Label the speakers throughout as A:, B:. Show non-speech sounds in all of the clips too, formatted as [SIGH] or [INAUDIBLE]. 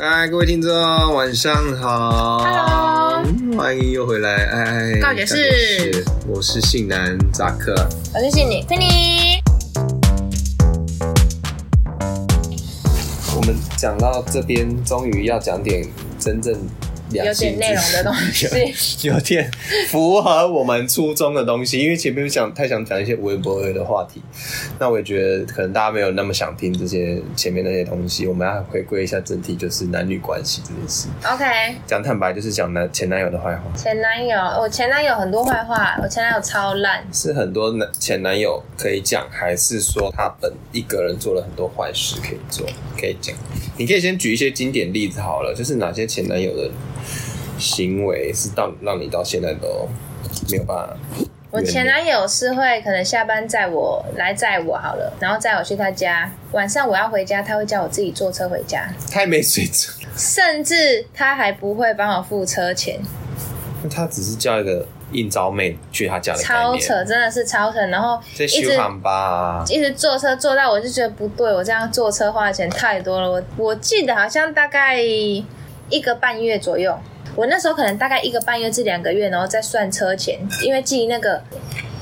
A: 哎，各位听众，晚上好
B: Hello
A: 欢迎又回来。哎，
B: 告解
A: 告
B: 室
A: 解室我是性男扎克。
B: 我是信你，佩妮。
A: 我们讲到这边，终于要讲点真正良
B: 有
A: 性
B: 点内容的东
A: 知识 [LAUGHS] 有有点符合我们初衷的东西。因为前面想太想讲一些微博的话题，那我也觉得可能大家没有那么想听这些前面那些东西。我们要回归一下正题，就是男女关系这件事。
B: OK，
A: 讲坦白，就是讲男前男友的坏话。
B: 前男友，我前男友很多坏话，我前男友超烂。
A: 是很多男前男友可以讲，还是说他本一个人做了很多坏事可以做，可以讲？你可以先举一些经典例子好了，就是哪些前男友的行为是到让你到现在都没有办法原谅？
B: 我前男友是会可能下班载我来载我好了，然后载我去他家。晚上我要回家，他会叫我自己坐车回家，
A: 太没水准，
B: 甚至他还不会帮我付车钱，
A: 那他只是叫一个应招妹去他家的概
B: 超
A: 念，
B: 扯，真的是超扯。然后
A: 这
B: 一
A: 修
B: 直
A: 行吧、啊。
B: 一直坐车坐到我就觉得不对，我这样坐车花的钱太多了。我我记得好像大概一个半月左右，我那时候可能大概一个半月至两个月，然后再算车钱，因为记那个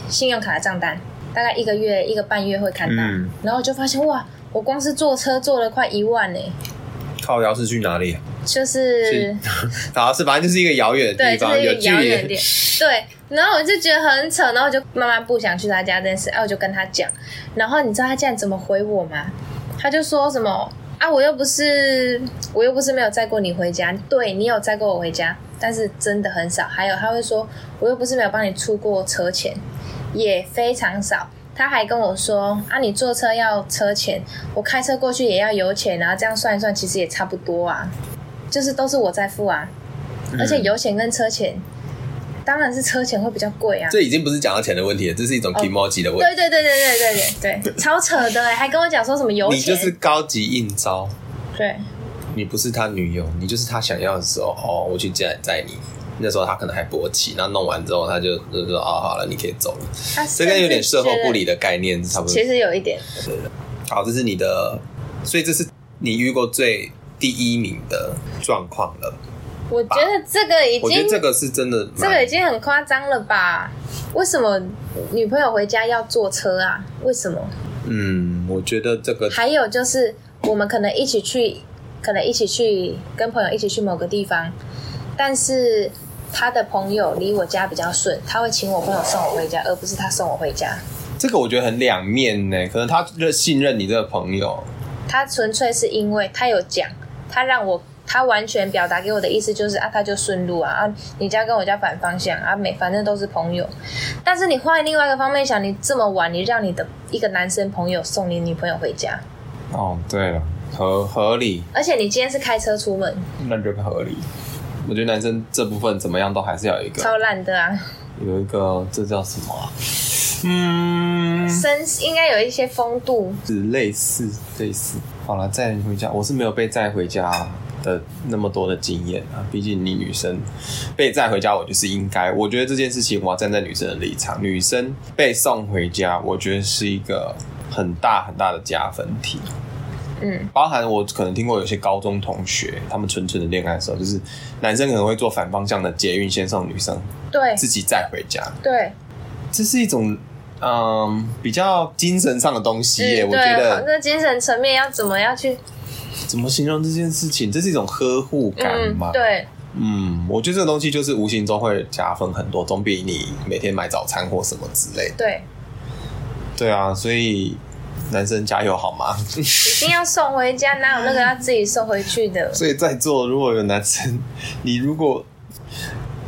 B: 信用卡的账单，大概一个月一个半月会看到，
A: 嗯
B: 然后我就发现哇，我光是坐车坐了快一万呢、
A: 靠腰是去哪里啊？
B: 就是
A: [LAUGHS] 是好，是反正就是一个遥远的
B: 对，
A: 地
B: 就
A: 方，
B: 是一个
A: 有距
B: 遥远
A: 离。
B: 点。对，然后我就觉得很扯，然后我就慢慢不想去他家这件事，哎、我就跟他讲，然后你知道他竟然怎么回我吗？他就说什么啊，我又不是，我又不是没有载过你回家，对你有载过我回家，但是真的很少。还有他会说，我又不是没有帮你出过车钱，也非常少。他还跟我说啊，你坐车要车钱，我开车过去也要油钱，啊然后这样算一算，其实也差不多啊，就是都是我在付啊。
A: 嗯
B: 而且油钱跟车钱，当然是车钱会比较贵啊。
A: 这已经不是讲到钱的问题了，这是一种 emoji 的问题。
B: 对对对对对
A: [LAUGHS]
B: 对对对，超扯的、欸，还跟我讲说什么油
A: 你
B: 钱，
A: 就是高级应招。
B: 对
A: 你不是他女友，你就是他想要的时候，哦，我去载载你。那时候他可能还勃起，那弄完之后他就就说哦，好了，你可以走了。
B: 他
A: 这跟有点
B: 甚
A: 售
B: 至觉
A: 后
B: 得
A: 不理，的概念差不多
B: 其。实有一点
A: 好，这是你的，所以这是你遇过最第一名的状况了。
B: 我觉得这个已
A: 我觉
B: 经
A: 得这个是真的蛮，
B: 这个已经很夸张了吧？为什么女朋友回家要坐车啊？为什么？
A: 嗯，我觉得这个
B: 还有就是，我们可能一起去，可能一起去跟朋友一起去某个地方，但是他的朋友离我家比较顺，他会请我朋友送我回家，而不是他送我回家。
A: 这个我觉得很两面呢。可能他认信任你这个朋友，
B: 他纯粹是因为他有讲，他让我他完全表达给我的意思就是啊，他就顺路啊啊，你家跟我家反方向啊，每反正都是朋友。但是你换另外一个方面想，你这么晚，你让你的一个男生朋友送你女朋友回家，
A: 哦，对了，合合理，
B: 而且你今天是开车出门，
A: 那就合理。我觉得男生这部分怎么样都还是要有一个
B: 超烂的啊，
A: 有一个这叫什么、啊？嗯，
B: 身应该有一些风度。
A: 是类似类似。好了，载人回家，我是没有被载回家的那么多的经验啊。毕竟你女生被载回家，我就是应该。我觉得这件事情，我要站在女生的立场，女生被送回家，我觉得是一个很大很大的加分题。
B: 嗯，
A: 包含我可能听过有些高中同学，他们纯纯的恋爱的时候，就是男生可能会做反方向的捷运先送女生，
B: 对
A: 自己载回家。
B: 对，
A: 这是一种嗯比较精神上的东西耶，
B: 嗯
A: 我觉
B: 对，好
A: 得
B: 那精神层面要怎么样去？
A: 怎么形容这件事情？这是一种呵护感
B: 嗯
A: 嘛？，
B: 对，
A: 嗯，我觉得这个东西就是无形中会加分很多，总比你每天买早餐或什么之类的。
B: 对，
A: 对啊，所以男生加油好吗？ [LAUGHS]
B: 一定要送回家，哪有那个要自己送回去的？
A: 所以在座如果有男生，你如果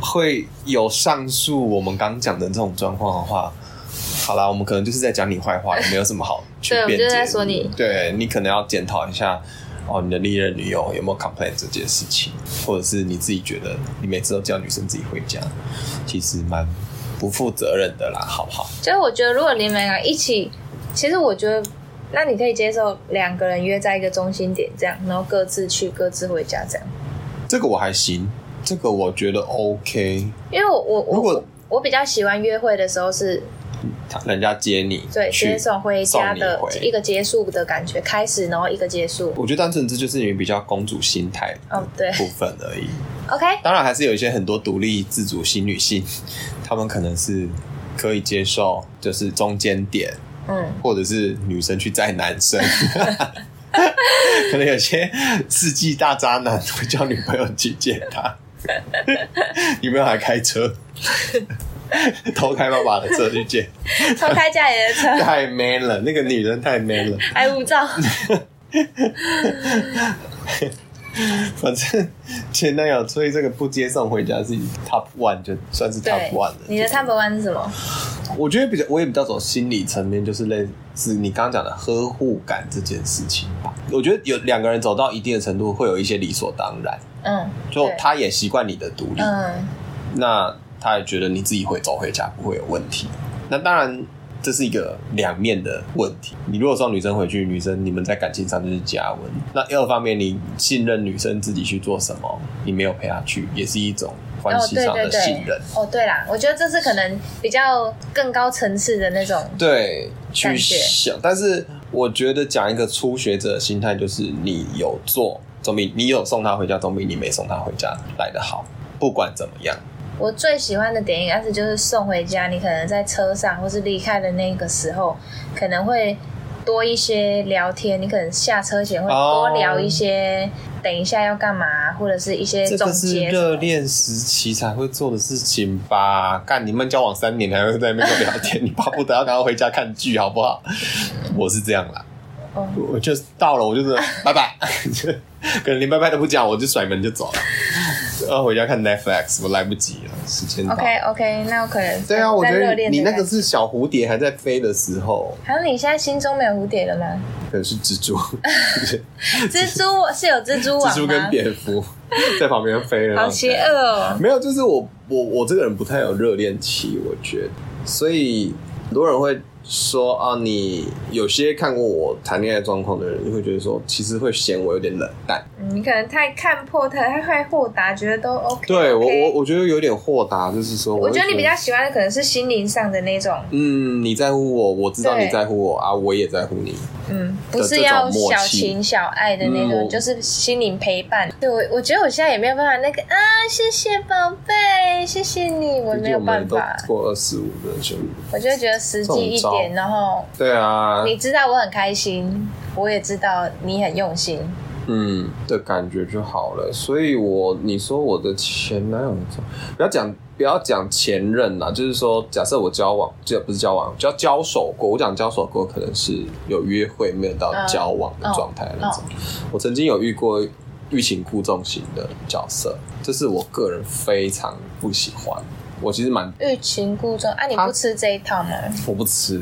A: 会有上述我们刚讲的这种状况的话，好啦，我们可能就是在讲你坏话，也没有什么
B: [LAUGHS]
A: 好去
B: 对我们
A: 辩解。
B: 就在说你
A: 对你可能要检讨一下哦，你的历任女友有没有 complain 这件事情，或者是你自己觉得你每次都叫女生自己回家，其实蛮不负责任的啦，好不好？
B: 就是我觉得，如果你们俩一起，其实我觉得，那你可以接受两个人约在一个中心点这样，然后各自去各自回家这样。
A: 这个我还行，这个我觉得 OK。
B: 因为我我我
A: 如果
B: 我比较喜欢约会的时候是
A: 他人家接你
B: 对，
A: 去
B: 接送回家的
A: 送你回
B: 一个结束的感觉，开始然后一个结束。
A: 我觉得单纯这就是你比较公主心态
B: 哦，对
A: 部分而已。
B: ，OK，
A: 当然还是有一些很多独立自主型女性，她们可能是可以接受，就是中间点，
B: 嗯，
A: 或者是女生去载男
B: [LAUGHS]
A: 生。可能有些世纪大渣男会叫女朋友去接他，女朋友还开
B: [LAUGHS]
A: 车，偷开爸爸的车去接，
B: 偷开家里的车
A: 太 man 了，那个女人太 man 了。
B: 还
A: [LAUGHS]
B: 无照，
A: 反正前男友，所以这个不接送回家是 top one，就算是 top
B: 对
A: one 了。，
B: 你的 t o p one 是什么？
A: 我觉得比较，我也比较走心理层面，就是类似你刚刚讲的呵护感这件事情吧。我觉得有两个人走到一定的程度，会有一些理所当然，
B: 嗯，
A: 就
B: 对，
A: 他也习惯你的独立，
B: 嗯，
A: 那他也觉得你自己会走回家不会有问题。那当然。这是一个两面的问题。你如果说女生回去，女生你们在感情上就是加温。那第二方面，你信任女生自己去做什么，你没有陪她去，也是一种关
B: 哦，
A: 系
B: 对
A: 上
B: 对
A: 的
B: 对，
A: 信任。
B: 哦，对啦，我觉得这是可能比较更高层次的那种，
A: 对，
B: 感
A: 去
B: 觉
A: 想。但是我觉得讲一个初学者的心态，就是你有做，总比你有送他回家，总比你没送他回家来的好。不管怎么样，
B: 我最喜欢的点应该是就是送回家，你可能在车上或是离开的那个时候，可能会多一些聊天，你可能下车前会多
A: 哦
B: 聊一些，等一下要干嘛，或者是一些
A: 这
B: 总
A: 个是
B: 结什么的。
A: 热恋时期才会做的事情吧？干，你们交往三年还会在那边聊天， [LAUGHS] 你巴不得要赶快回家看剧，好不好？我是这样啦，
B: 哦
A: 我就到了，我就是拜拜， [LAUGHS] 可能连拜拜都不讲，我就甩门就走了。要回家看 Netflix，我来不及了，时间到。
B: OK OK，那我可能
A: 对啊，我觉
B: 在热
A: 得
B: 恋的
A: 你那个
B: 感觉，
A: 是小蝴蝶还在飞的时候，
B: 好像你现在心中没有蝴蝶了吗？
A: 可能是蜘
B: [LAUGHS]
A: 蛛，
B: 蜘蛛是有蜘蛛网吗？
A: 蜘蛛跟蝙蝠 [LAUGHS] 在旁边飞了。
B: 好邪恶
A: [LAUGHS]
B: 哦。
A: 没有，就是我我我这个人不太有热恋期，我觉得，所以很多人会说啊，你有些看过我谈恋爱状况的人，就会觉得说，其实会嫌我有点冷淡。
B: 嗯你可能太看破太太豁达，觉得都 OK,
A: 对我
B: OK
A: 我我觉得有点豁达，就是说会，
B: 我觉得你比较喜欢的可能是心灵上的那种，
A: 嗯，你在乎我，我知道
B: 对
A: 你在乎我啊，我也在乎你。
B: 嗯，不是要
A: 这种默
B: 小
A: 契
B: 情小爱的那
A: 嗯
B: 种，
A: 我
B: 就是心灵陪伴。对我，我觉得我现在也没有办法那个啊，谢谢宝贝，谢谢你，我
A: 毕
B: 没
A: 竟
B: 有
A: 我们
B: 办
A: 都
B: 法。
A: 过二十五了，兄弟。
B: 我就觉得实际一
A: 这种
B: 点，
A: 招
B: 然后
A: 对啊，
B: 你知道我很开心，我也知道你很用心。
A: 嗯的感觉就好了。所以我你说我的前男友，不要讲不要讲前任啦，就是说，假设我交往，这不是交往，叫交手过。我讲交手过，可能是有约会，没有到
B: 嗯
A: 交往的状态那种。我曾经有遇过欲擒故纵型的角色，这是我个人非常不喜欢。我其实蛮
B: 欲擒故纵啊，你
A: 他
B: 不吃这一套吗？
A: 我不吃，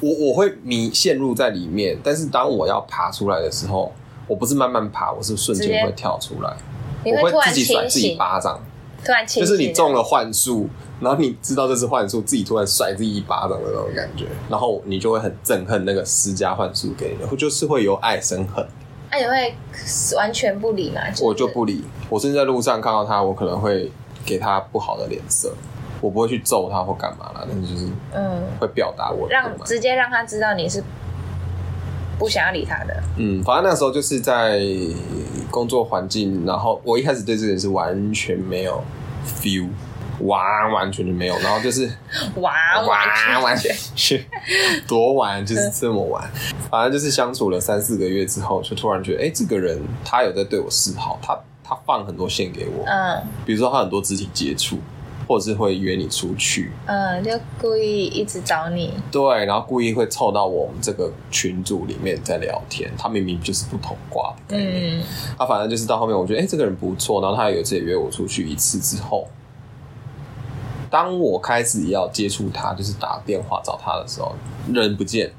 A: 我我会迷陷入在里面，但是当我要爬出来的时候，我不是慢慢爬，我是瞬
B: 直接
A: 间会跳出来，
B: 你
A: 我
B: 突
A: 会
B: 然
A: 自己甩
B: 清
A: 自己
B: 醒，
A: 巴掌，
B: 突然清
A: 就
B: 醒，
A: 是你中了幻术，然后你知道这是幻术，自己突然甩自己一巴掌的那种感觉，然后你就会很憎恨那个施加幻术给你的，就是会由爱生恨。
B: 那、啊你会完全不理吗？是
A: 我就不理。我甚至在路上看到他，我可能会给他不好的脸色，我不会去揍他或干嘛啦，但是就是
B: 嗯。
A: 会表达我的不
B: 让
A: 满。
B: 直接让他知道你是不想要理他的。
A: 嗯，反正那时候就是在工作环境，然后我一开始对这个人是完全没有 feel，完完全全没有，然后就是
B: 哇，
A: 完完全全多玩就是这么玩，反正就是相处了三四个月之后，就突然觉得，哎、这个人他有在对我示好，他他放很多线给我，
B: 嗯
A: 比如说他很多肢体接触，或者是会约你出去，
B: 嗯，就故意一直找你。
A: 对，然后故意会凑到我们这个群组里面在聊天，他明明就是不同卦的概念。
B: 嗯，
A: 他反正就是到后面，我觉得哎、诶这个人不错，然后他有一次也约我出去一次之后，当我开始要接触他，就是打电话找他的时候，人不见，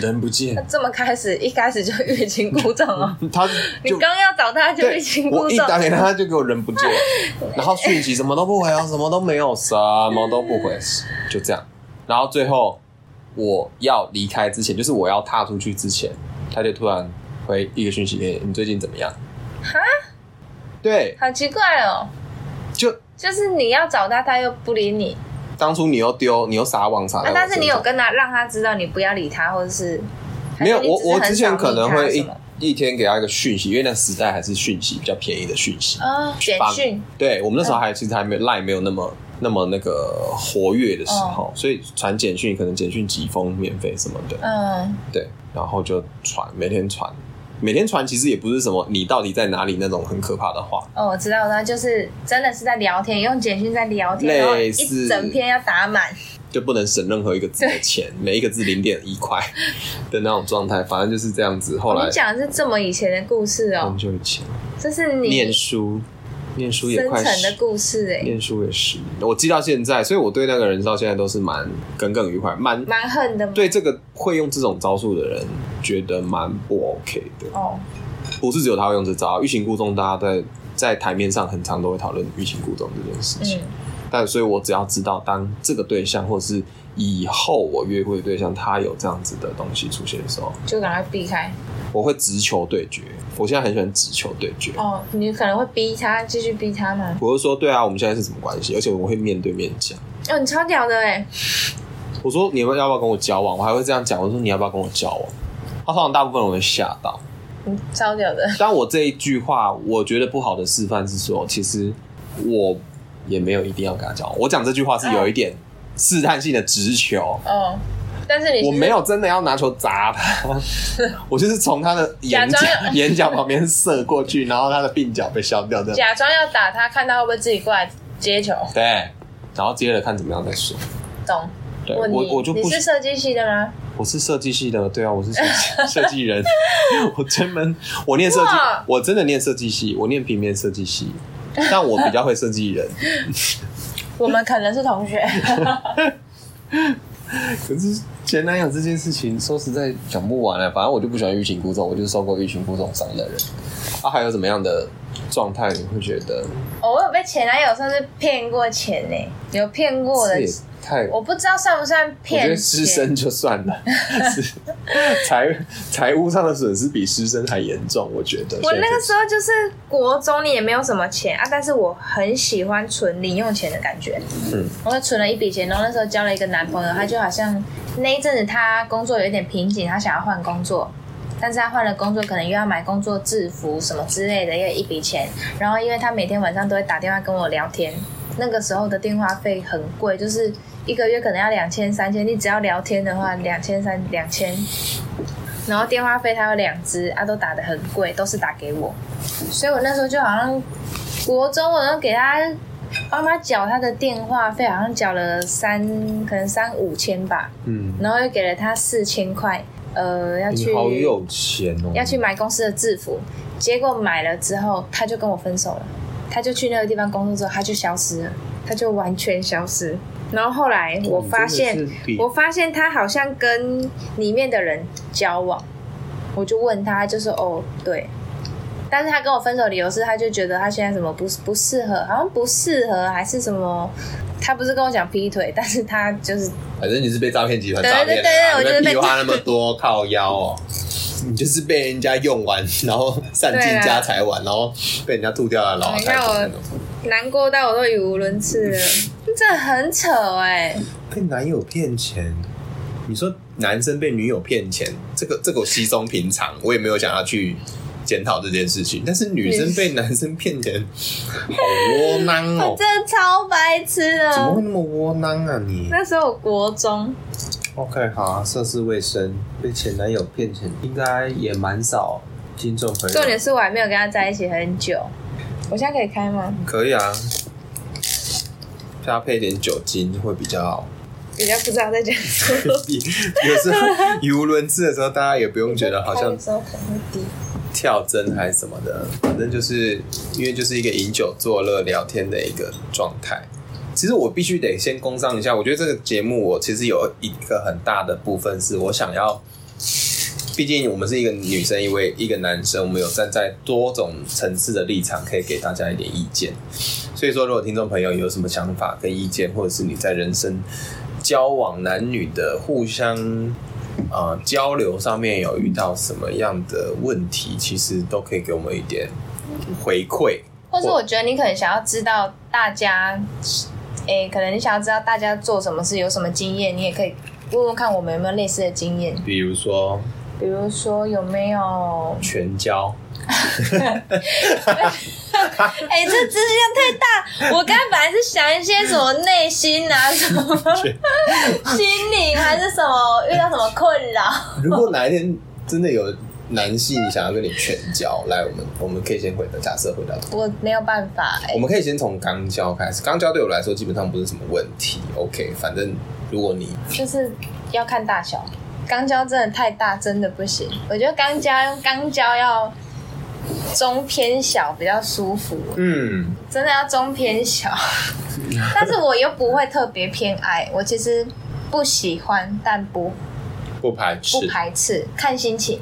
A: 人不
B: 那
A: 见，
B: 这么开始一开始就欲擒故纵哦。
A: 他 [LAUGHS]
B: 你
A: 就
B: 刚要找他就
A: 对
B: 欲擒故
A: 我一
B: 纵，
A: 打给他，他就给我人不
B: [LAUGHS]
A: 见，然后讯息什么都不回哦，什么都没有，什么都不回，就这样。然后最后我要离开之前，就是我要踏出去之前，他就突然回一个讯息给你，你最近怎么样？
B: 哈，
A: 对，
B: 好奇怪哦。
A: 就
B: 就是你要找他，他又不理你。
A: 当初你又丢，你又撒网撒在
B: 啊
A: 我身上、
B: 但是你有跟他让他知道你不要理他，或者是
A: 没有？
B: 还是你
A: 我
B: 只是
A: 我
B: 很
A: 之前
B: 少
A: 可
B: 理
A: 能
B: 他
A: 会
B: 什
A: 一
B: 么
A: 一天给他一个讯息，因为那时代还是讯息比较便宜的讯息。
B: 啊简
A: 帮
B: 讯，
A: 对我们那时候还其实还没有赖没有那么那么那个活跃的时
B: 哦
A: 候，所以传简讯可能简讯几封免费什么的，
B: 嗯，
A: 对，然后就传每天传。每天传其实也不是什么你到底在哪里那种很可怕的话，
B: 哦，我知道，那就是真的是在聊天，用简讯在聊天，然后
A: 类似
B: 一整篇要打满，
A: 就不能省任何一个字的钱，每一个字零点一块的那种状态，反正就是这样子。后来
B: 你讲的是这么以前的故事哦
A: 很，久以前，
B: 这是
A: 念
B: 你
A: 书，念书也
B: 深
A: 快
B: 层
A: 十
B: 的故事哎，
A: 念书也是，我记到现在，所以我对那个人到现在都是蛮耿耿于怀，蛮
B: 蛮恨的嘛。
A: 对这个会用这种招数的人觉得蛮不 OK 的。
B: 哦，
A: 不是只有他会用这招，欲擒故纵，大家在在台面上很常都会讨论欲擒故纵这件事情。
B: 嗯，
A: 但所以我只要知道，当这个对象或是以后我约会的对象，他有这样子的东西出现的时候，
B: 就赶快避开。
A: 我会直球对决。我现在很喜欢直球对决。
B: 哦，你可能会逼他继续逼他嘛。
A: 我就说，对啊，我们现在是什么关系？而且我会面对面讲。
B: 哦，你超屌的哎，
A: 我说你们要不要跟我交往？我还会这样讲。我说你要不要跟我交往？他通常大部分人会吓到。
B: 你超屌的。
A: 但我这一句话，我觉得不好的示范是说，其实我也没有一定要跟他交往。我讲这句话是有一点试探性的直球，
B: 哦，但是你
A: 我没有真的要拿球砸他，我就是从他的眼角
B: 假装要
A: 眼角旁边射过去，然后他的鬓角被削掉的。
B: 假装要打他，看他会不会自己过来接球。
A: 对，然后接着看怎么样再说。
B: 懂？
A: 对
B: 问你
A: 我我就不
B: 你是设计系的吗？
A: 我是设计系的，对啊，我是设计设计
B: [LAUGHS]
A: 人，我专门我念设计
B: 哇，
A: 我真的念设计系，我念平面设计系，但我比较会设计人。
B: 我们可能是
A: [LAUGHS]
B: 同学。
A: 可是前男友这件事情，说实在讲不完了、啊反正我就不喜欢欲擒故纵，我就是受过欲擒故纵伤的人。啊，还有怎么样的状态你会觉得
B: 哦我有被前男友算是骗过钱呢、有骗过的
A: 这也，太……我
B: 我不知道算不算骗
A: 觉
B: 钱。
A: 得失身就算
B: [LAUGHS]
A: 了，是财财务上的损失比失身还严重，我觉得。
B: 我那个
A: 所以
B: 时候就是国中，你也没有什么钱啊，但是我很喜欢存零用钱的感觉。
A: 嗯，
B: 我就存了一笔钱，然后那时候交了一个男朋友，他就好像那一阵子他工作有一点瓶颈，他想要换工作，但是他换了工作，可能又要买工作制服什么之类的，又一笔钱。然后因为他每天晚上都会打电话跟我聊天，那个时候的电话费很贵，就是一个月可能要两千三千，你只要聊天的话，两千三两千。然后电话费他有两支啊，都打得很贵，都是打给我，所以我那时候就好像国中，我都给他帮他缴他的电话费，好像缴了三，可能三五千吧，
A: 嗯，
B: 然后又给了他四千块，呃，要去
A: 你好有钱哦，
B: 要去买公司的制服，结果买了之后，他就跟我分手了。他就去那个地方工作之后，他就消失了，他就完全消失。然后后来我发现
A: 哦你真的是比，
B: 我发现他好像跟里面的人交往，我就问他，他就说哦，对。但是他跟我分手理由是，他就觉得他现在什么不不适合，好像不适合还是什么。他不是跟我讲劈腿，但是他就是
A: 反正你是被诈骗集团
B: 对
A: 诈骗的啊，你们
B: 对对对我就是被
A: 屁话
B: [LAUGHS]
A: 那么多，靠腰哦。你就是被人家用完，然后散
B: 对
A: 尽
B: 啊
A: 家财完，然后被人家吐掉了老
B: 等一下
A: 太
B: 我
A: 那种。
B: 难过到我都语无伦次了，这很扯哎、
A: 被男友骗钱，你说男生被女友骗钱，这个这个我稀松平常，我也没有想要去检讨这件事情。但是女生被男生骗钱，好窝囊
B: 我
A: 哦！
B: 真的超白痴的。
A: 怎么会那么窝囊啊你
B: 那时候我国中，
A: ？OK，好、啊，涉世未深，被前男友骗钱，应该也蛮少听众朋
B: 重点是我还没有跟他在一起很久。我现在可以开吗？
A: 可以啊，搭配点酒精会比较好。 [LAUGHS]
B: 比较不知道在讲什么。
A: 有时候语无伦次的时候，大家也不用觉得好
B: 开
A: 像
B: 的时候可能会低。
A: 跳针还是什么的，反正就是因为就是一个饮酒作乐聊天的一个状态。其实我必须得先工商一下，我觉得这个节目我其实有一个很大的部分是我想要，毕竟我们是一个女生，一位一个男生，我们有站在多种层次的立场，可以给大家一点意见。所以说，如果听众朋友有什么想法跟意见，或者是你在人生交往男女的互相呃交流上面有遇到什么样的问题，其实都可以给我们一点回馈。
B: 或是我觉得你可能想要知道大家诶、可能你想要知道大家做什么事有什么经验，你也可以问问看我们有没有类似的经验，
A: 比如说
B: 比如说有没有
A: 全
B: [LAUGHS]
A: 交，
B: 哎、这资讯量太大。我刚才本来是想一些什么内心啊，什么心灵还是什么遇到什么困扰，
A: 如果哪一天真的有男性想要跟你全交，来，我们我们可以先回答，假设回答。
B: 我没有办法哎、
A: 我们可以先从肛交开始，肛交对我来说基本上不是什么问题。OK，反正如果你
B: 就是要看大小。钢胶真的太大，真的不行。我觉得钢胶用钢胶要中偏小比较舒服，
A: 嗯，
B: 真的要中偏小。但是我又不会特别偏矮，我其实不喜欢，但不
A: 不排斥，
B: 不排斥，看心情。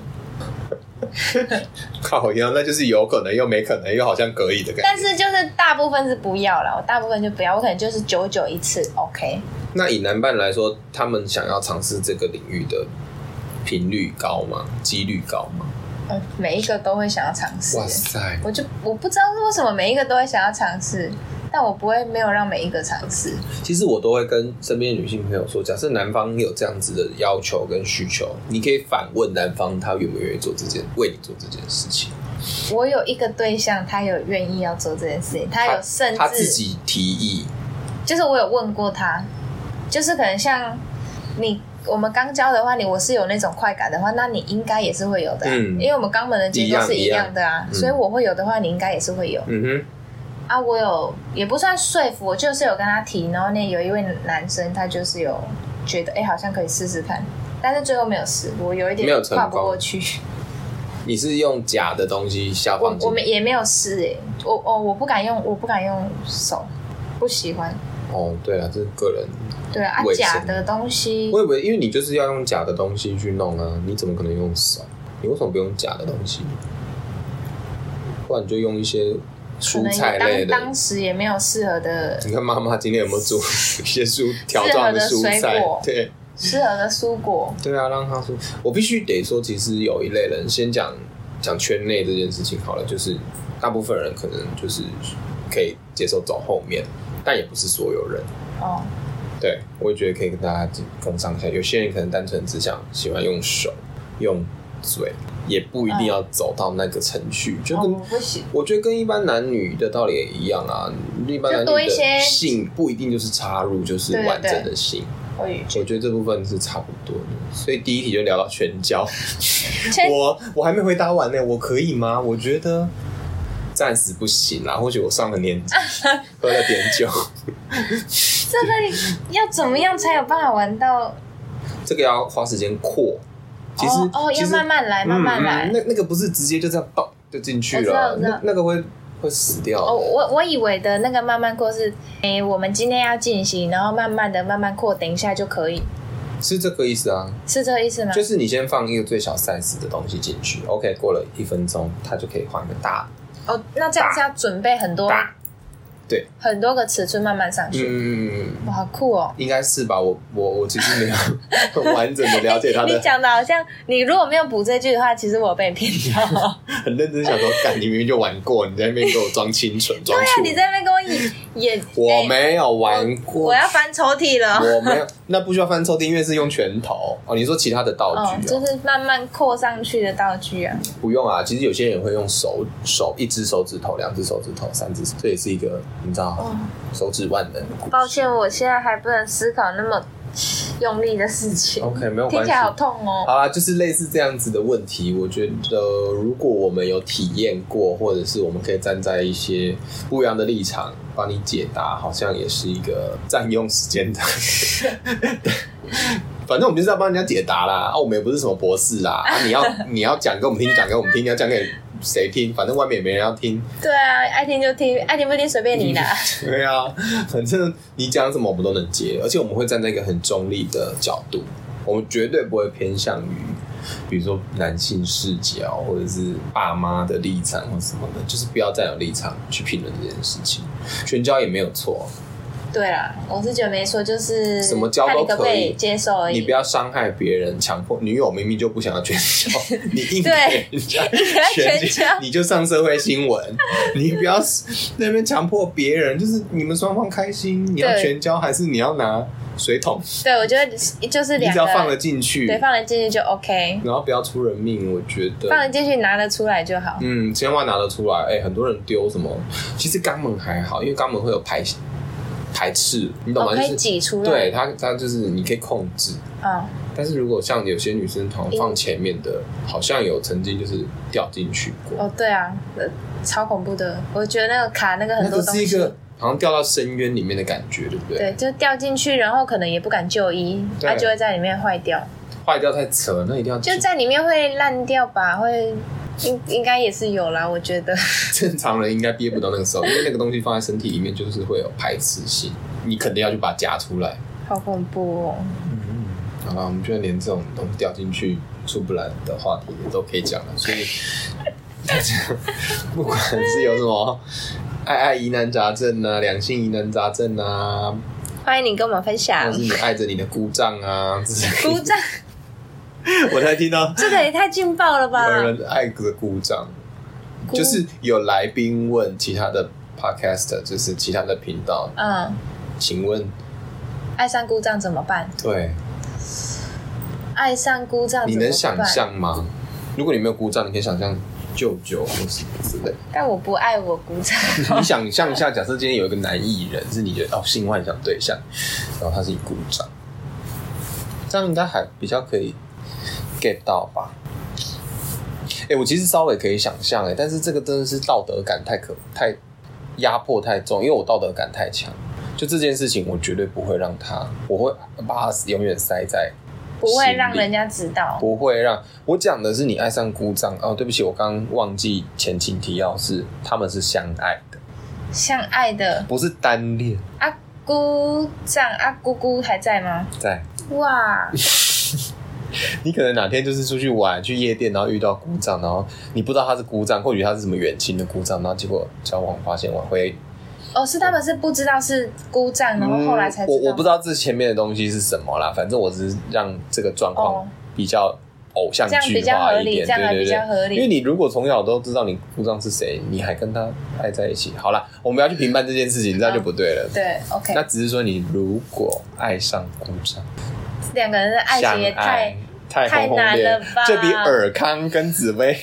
A: 靠腰，那就是有可能又没可能又好像可以的感
B: 但
A: 觉。
B: 是就是大部分是不要了，我大部分就不要，我可能就是九九一次，OK。
A: 那以男伴来说，他们想要尝试这个领域的频率高吗？几率高吗？
B: 嗯，每一个都会想要尝试
A: 哇，塞，
B: 我就我不知道是为什么每一个都会想要尝试，但我不会没有让每一个尝试。
A: 其实我都会跟身边的女性朋友说，假设男方有这样子的要求跟需求，你可以反问男方他愿不愿意做这件为你做这件事情。
B: 我有一个对象，他有愿意要做这件事情，他有甚
A: 他自
B: 至
A: 己提议，
B: 就是我有问过他，就是可能像你。我们刚交的话，你我是有那种快感的话，那你应该也是会有的啊、
A: 嗯
B: 因为我们肛门的结构是
A: 一
B: 一
A: 样
B: 样的啊，
A: 嗯
B: 所以我会有的话，你应该也是会有。
A: 嗯哼。
B: 啊，我有也不算说服，我就是有跟他提，然后那有一位男生他就是有觉得，哎、好像可以试试看，但是最后没有试，我有一点
A: 没有成
B: 跨不
A: 功啊
B: 过去，
A: 你是用假的东西下
B: 我
A: 放进
B: 我们也没有试，哎，我哦我不敢用，我不敢用手，不喜欢，
A: 哦，对啊，这是个人。
B: 对啊，啊
A: 卫生
B: 假的东西
A: 我以为因为你就是要用假的东西去弄啊，你怎么可能用手？你为什么不用假的东西？不然你就用一些
B: 可
A: 蔬
B: 能
A: 菜类
B: 也当
A: 的
B: 当。时也没有适合的
A: 你看妈妈今天有没有煮一些蔬条状蔬
B: 适合的
A: 菜
B: 水果？
A: 对
B: 适合的蔬果，
A: 对啊，让她说。我必须得说，其实有一类人，先讲讲圈内这件事情好了，就是大部分人可能就是可以接受走后面，但也不是所有人。
B: 哦，
A: 对，我也觉得可以跟大家共商一下。有些人可能单纯只想喜欢用手、用嘴，也不一定要走到那个程序，就
B: 嗯哦
A: 跟。
B: 我不喜，
A: 我觉得跟一般男女的道理也一样啊，一般男
B: 就多
A: 女
B: 一些
A: 的性不一定就是插入，就是
B: 对对
A: 完整的性。
B: 我也
A: 我觉得这部分是差不多的，所以第一题就聊到全交。
B: 圈
A: 我我还没回答完呢，我可以吗？我觉得暂时不行啦，或许我上了年
B: [LAUGHS]
A: 纪，喝了点酒。
B: 这个要怎么样才有办法玩到？
A: 这个要花时间扩。其实
B: 哦哦，
A: 其
B: 要
A: 实
B: 慢慢来，
A: 嗯
B: 慢慢来
A: 嗯。那那个不是直接就这样咚就进去
B: 我知道
A: 了
B: 我，知道
A: 那那个会会死掉。
B: 哦，我我以为的那个慢慢扩是，诶，我们今天要进行，然后慢慢的慢慢扩，等一下就可以，
A: 是这个意思啊，
B: 是这个意思吗？
A: 就是你先放一个最小 size 的东西进去，OK，过了一分钟，它就可以换个大。
B: 哦，那这样是要准备很多
A: 大对
B: 很多个尺寸慢慢上
A: 嗯
B: 去，
A: 嗯，嗯嗯
B: 哇，好酷哦！
A: 应该是吧？我我我其实没有 [LAUGHS]
B: [LAUGHS]
A: 很完整的了解它
B: 你
A: 的，
B: 讲的好像你如果没有补这句的话，其实我被
A: [LAUGHS]
B: 骗掉。
A: 很认真想说，干你明明就玩过，你在那边给我装清
B: [LAUGHS]
A: 纯装
B: 对啊，你
A: 酷，
B: 在那边跟我演演，
A: 我
B: 诶
A: 没有玩过，
B: 我要翻抽屉了。
A: 我没有，那不需要翻抽屉，因为是用拳头哦。你说其他的道
B: 哦，
A: 具、哦
B: 就是慢慢扩上去的道具啊。
A: 不用啊。其实有些人会用手手，一只手指头、两只手指头、三只，这也是一个你知道、
B: 哦
A: 手指万能。
B: 抱歉，我现在还不能思考那么用力的事情。
A: OK，没有哦
B: 听
A: 关
B: 起
A: 系。
B: 来好痛哦。
A: 好啦，就是类似这样子的问题，我觉得如果我们有体验过，或者是我们可以站在一些不一样的立场帮你解答，好像也是一个占用时间的。 [LAUGHS] 反正我们就是要帮人家解答啦，啊，我们也不是什么博士啦，啊，你要你要讲给我们听，讲给我们听，你要讲给谁听？反正外面也没人要听。
B: 对啊，爱听就听，爱听不听随便你啦。
A: [LAUGHS] 对啊，反正你讲什么我们都能接，而且我们会站在一个很中立的角度，我们绝对不会偏向于，比如说男性视角或者是爸妈的立场或什么的，就是不要占有立场去评论这件事情。全交也没有错，
B: [LAUGHS] 对啦，我是觉得没错，就是
A: 什么交都
B: 看你可不
A: 可
B: 可
A: 以
B: 以接受而已。
A: 你不要伤害别人，强迫女友明明就不想要绝交，你硬给
B: 对
A: 人家
B: 给人家
A: 全
B: 绝交
A: 你就上社会新
B: [LAUGHS]
A: 闻，你不要那边强迫别人，就是你们双方开心，你要
B: 对
A: 全交还是你要拿水桶，
B: 对，我觉得就是
A: 你
B: 两
A: 只要放
B: 个
A: 得，进去，
B: 对，
A: 然
B: 放得进去就 OK，
A: 后不要出人命，我觉得
B: 放得进去拿得出来就好。
A: 嗯，千万拿得出来。哎、很多人丢什么？其实肛门还好，因为肛门会有排排斥，你懂吗？
B: 哦，可
A: 就
B: 以
A: 是
B: 挤出来。
A: 对，它，它就是你可以控制。
B: 嗯，
A: 但是如果像有些女生好像放前面的，好像有曾经就是掉进去过，
B: 哦，对啊，呃超恐怖的。我觉得那个卡那个
A: 那
B: 很多
A: 个
B: 东
A: 是
B: 西，
A: 一个好像掉到深渊里面的感觉，对不对？
B: 对，就掉进去，然后可能也不敢就医，
A: 对
B: 它就会在里面坏掉，
A: 坏掉太扯了，那一定要
B: 就在里面会烂掉吧，会应应该也是有啦，我觉得。
A: [LAUGHS]
B: [LAUGHS]
A: 正常人应该憋不到那个时候，因为那个东西放在身体里面就是会有排斥性，你肯定要去把它夹出来。
B: 好恐怖哦！
A: 好了，我们居然连这种东西掉进去出不来的话题也都可以讲了，
B: [LAUGHS]
A: 所以大家不管是有什么爱爱疑难杂症啊、两性疑难杂症啊，
B: 欢迎你跟我们分享
A: 或是，你爱着你的姑丈啊，之类的
B: 鼓掌，
A: 我才听到
B: [LAUGHS] 这个也太劲爆了吧！
A: 有人爱着姑丈，
B: 姑
A: 就是有来宾问其他的 podcast，就是其他的频道，
B: 嗯，
A: 请问
B: 爱上故障怎么办？
A: 对
B: 爱上故障
A: 你
B: 怎么
A: 能想？
B: 办
A: 象吗？如果你没有姑丈，你可以想象舅舅或是之类的。
B: 但我不爱我故
A: [LAUGHS]
B: 障， [LAUGHS]
A: 你想象一下，假设今天有一个男艺人是你的哦性幻想对象，然后他是你鼓掌，这样应该还比较可以 get 到吧？哎、我其实稍微可以想象哎、但是这个真的是道德感太可太压迫太重，因为我道德感太强，就这件事情我绝对不会让他，我会把他永远塞在
B: 不会让
A: 心里
B: 人家知道。
A: 不会让我讲的是你爱上姑丈哦，对不起，我刚刚忘记前情提要是他们是相爱的，
B: 像爱的
A: 不是单恋。
B: 阿姑丈阿姑姑还在吗？
A: 在。
B: 哇，
A: 你可能哪天就是出去玩，去夜店，然后遇到姑丈，然后你不知道他是姑丈，或许他是什么远亲的姑丈，然后结果交往发现挽回。
B: 哦，是他们是不知道是姑丈，然后后来才知道。
A: 嗯我我不知
B: 道
A: 道这前面的东西是什么啦，反正我只是让这个状
B: 哦
A: 况比较偶像剧化一点，
B: 这样比较合
A: 对对对，
B: 理这样还比较合理
A: 因为你如果从小都知道你姑丈是谁，你还跟他爱在一起，好啦，我们要去评判这件事情，那就不对了。
B: 对，OK，
A: 那只是说你如果爱上姑丈。
B: 两个人的爱
A: 相
B: 情也太
A: 爱太轰轰
B: 太
A: 烈
B: 难了
A: 烈
B: 吧
A: 这比尔康跟紫薇，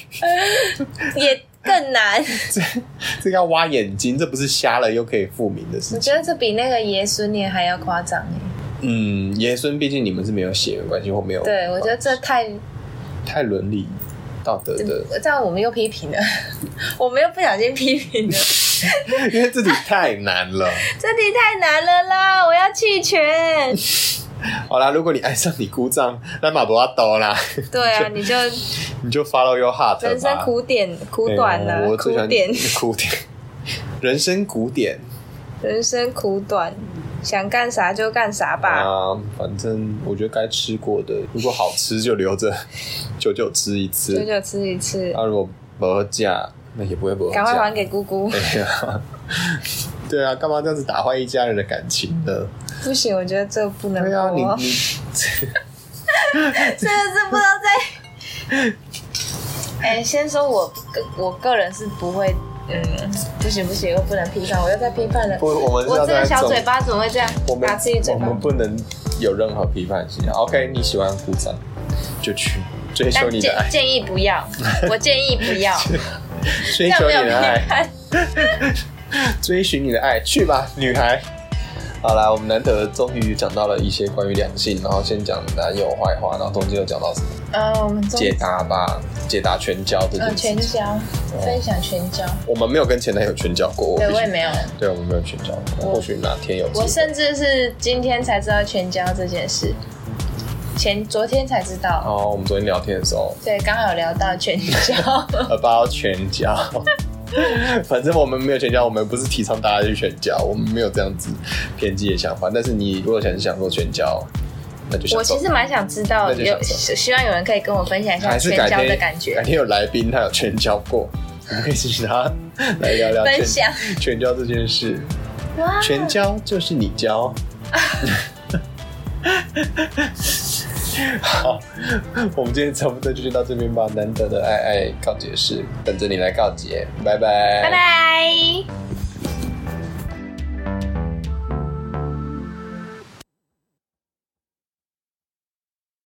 B: 也更难。 [LAUGHS]
A: 这 [LAUGHS] 这个要挖眼睛，这不是瞎了又可以复明的
B: 我
A: 事情
B: 觉。得这比那个爷孙恋还要夸张耶。
A: 嗯，爷孙毕竟你们是没有血缘关系或没有，
B: 对，我觉得这太
A: 太伦理道德的，
B: 嗯这样我们又批评了， [LAUGHS] 我们又不小心批评了，
A: [LAUGHS]
B: [LAUGHS]
A: 因为这题太难了。
B: 这题太难了啦！我要
A: [LAUGHS]
B: 弃权。
A: 好啦，如果你爱上你姑丈，那马博要抖啦，
B: 对啊，你就
A: 你就 follow your heart 吧。
B: 人生苦点苦短
A: 哎
B: 了，
A: 我最喜
B: 苦
A: 欢
B: 点，
A: [LAUGHS] 苦点，人生苦点。
B: 人生苦短，想干啥就干啥吧。
A: 啊，反正我觉得该吃过的，如果好吃就留着， [LAUGHS] 久久吃一次。
B: 久久吃一次，
A: 啊，如果不价，那也不会啊不价。
B: 赶快还给姑姑。 [LAUGHS]
A: 对啊，对啊，干嘛这样子打坏一家人的感情呢？
B: 不行，我觉得这不能
A: 对啊，你
B: [LAUGHS] 播，
A: 你
B: 这个是不知道在。
A: [LAUGHS]
B: 哎，先说我个我个人是不会，嗯，不行不行，又不能批判，我又在批判了
A: 不，。我们是
B: 我
A: 要
B: 这个
A: 在
B: 小
A: 总
B: 嘴，巴怎么会这样
A: 我们
B: 打自己嘴
A: 我
B: 巴
A: 们？不能有任何批判性。OK，你啊喜欢鼓掌就去追求
B: 但
A: 你
B: 建
A: 的爱，
B: 建议不 [LAUGHS] 要，我建议不 [LAUGHS] 要，
A: [LAUGHS] 追
B: 这样
A: 求
B: 没有 [LAUGHS]
A: 你
B: 批
A: 的爱，
B: 判。
A: 追寻你的爱，去吧，女孩。好啦，我们难得终于讲到了一些关于两性，然后先讲男友坏话，然后中间又讲到
B: 嗯，我们中
A: 解答吧，解答全交这
B: 呃
A: 件事
B: 全
A: 情。
B: 交分享全交，
A: 我们没有跟前男友全交过，我
B: 对
A: 必须
B: 哦我也没有，
A: 对，我们没有全交，
B: 我
A: 或许哪天有机
B: 我
A: 会。
B: 甚至是今天才知道全交这件事，前昨天才知道。
A: 哦，我们昨天聊天的时候呃
B: 对，刚好有聊到 [LAUGHS] 全交，
A: about 全交， [LAUGHS] 反正我们没有全交，我们不是提倡大家去全交，我们没有这样子偏激的想法。但是你如果想享受全交，那就享
B: 我
A: 受
B: 其。实蛮想知道
A: 那就享
B: 有，
A: 受
B: 希望有人可以跟我分享一下
A: 还是
B: 全
A: 改
B: 交
A: 天
B: 的感
A: 改
B: 觉。
A: 天有来宾他有全交过，我们可以请他来聊聊
B: 分
A: 全
B: 享
A: 全交这件事。
B: 哇，
A: 全教就是你 [LAUGHS] 教。好，我们今天差不多就先到这边吧。难得的爱爱告解室，等着你来告解，拜拜
B: 拜拜。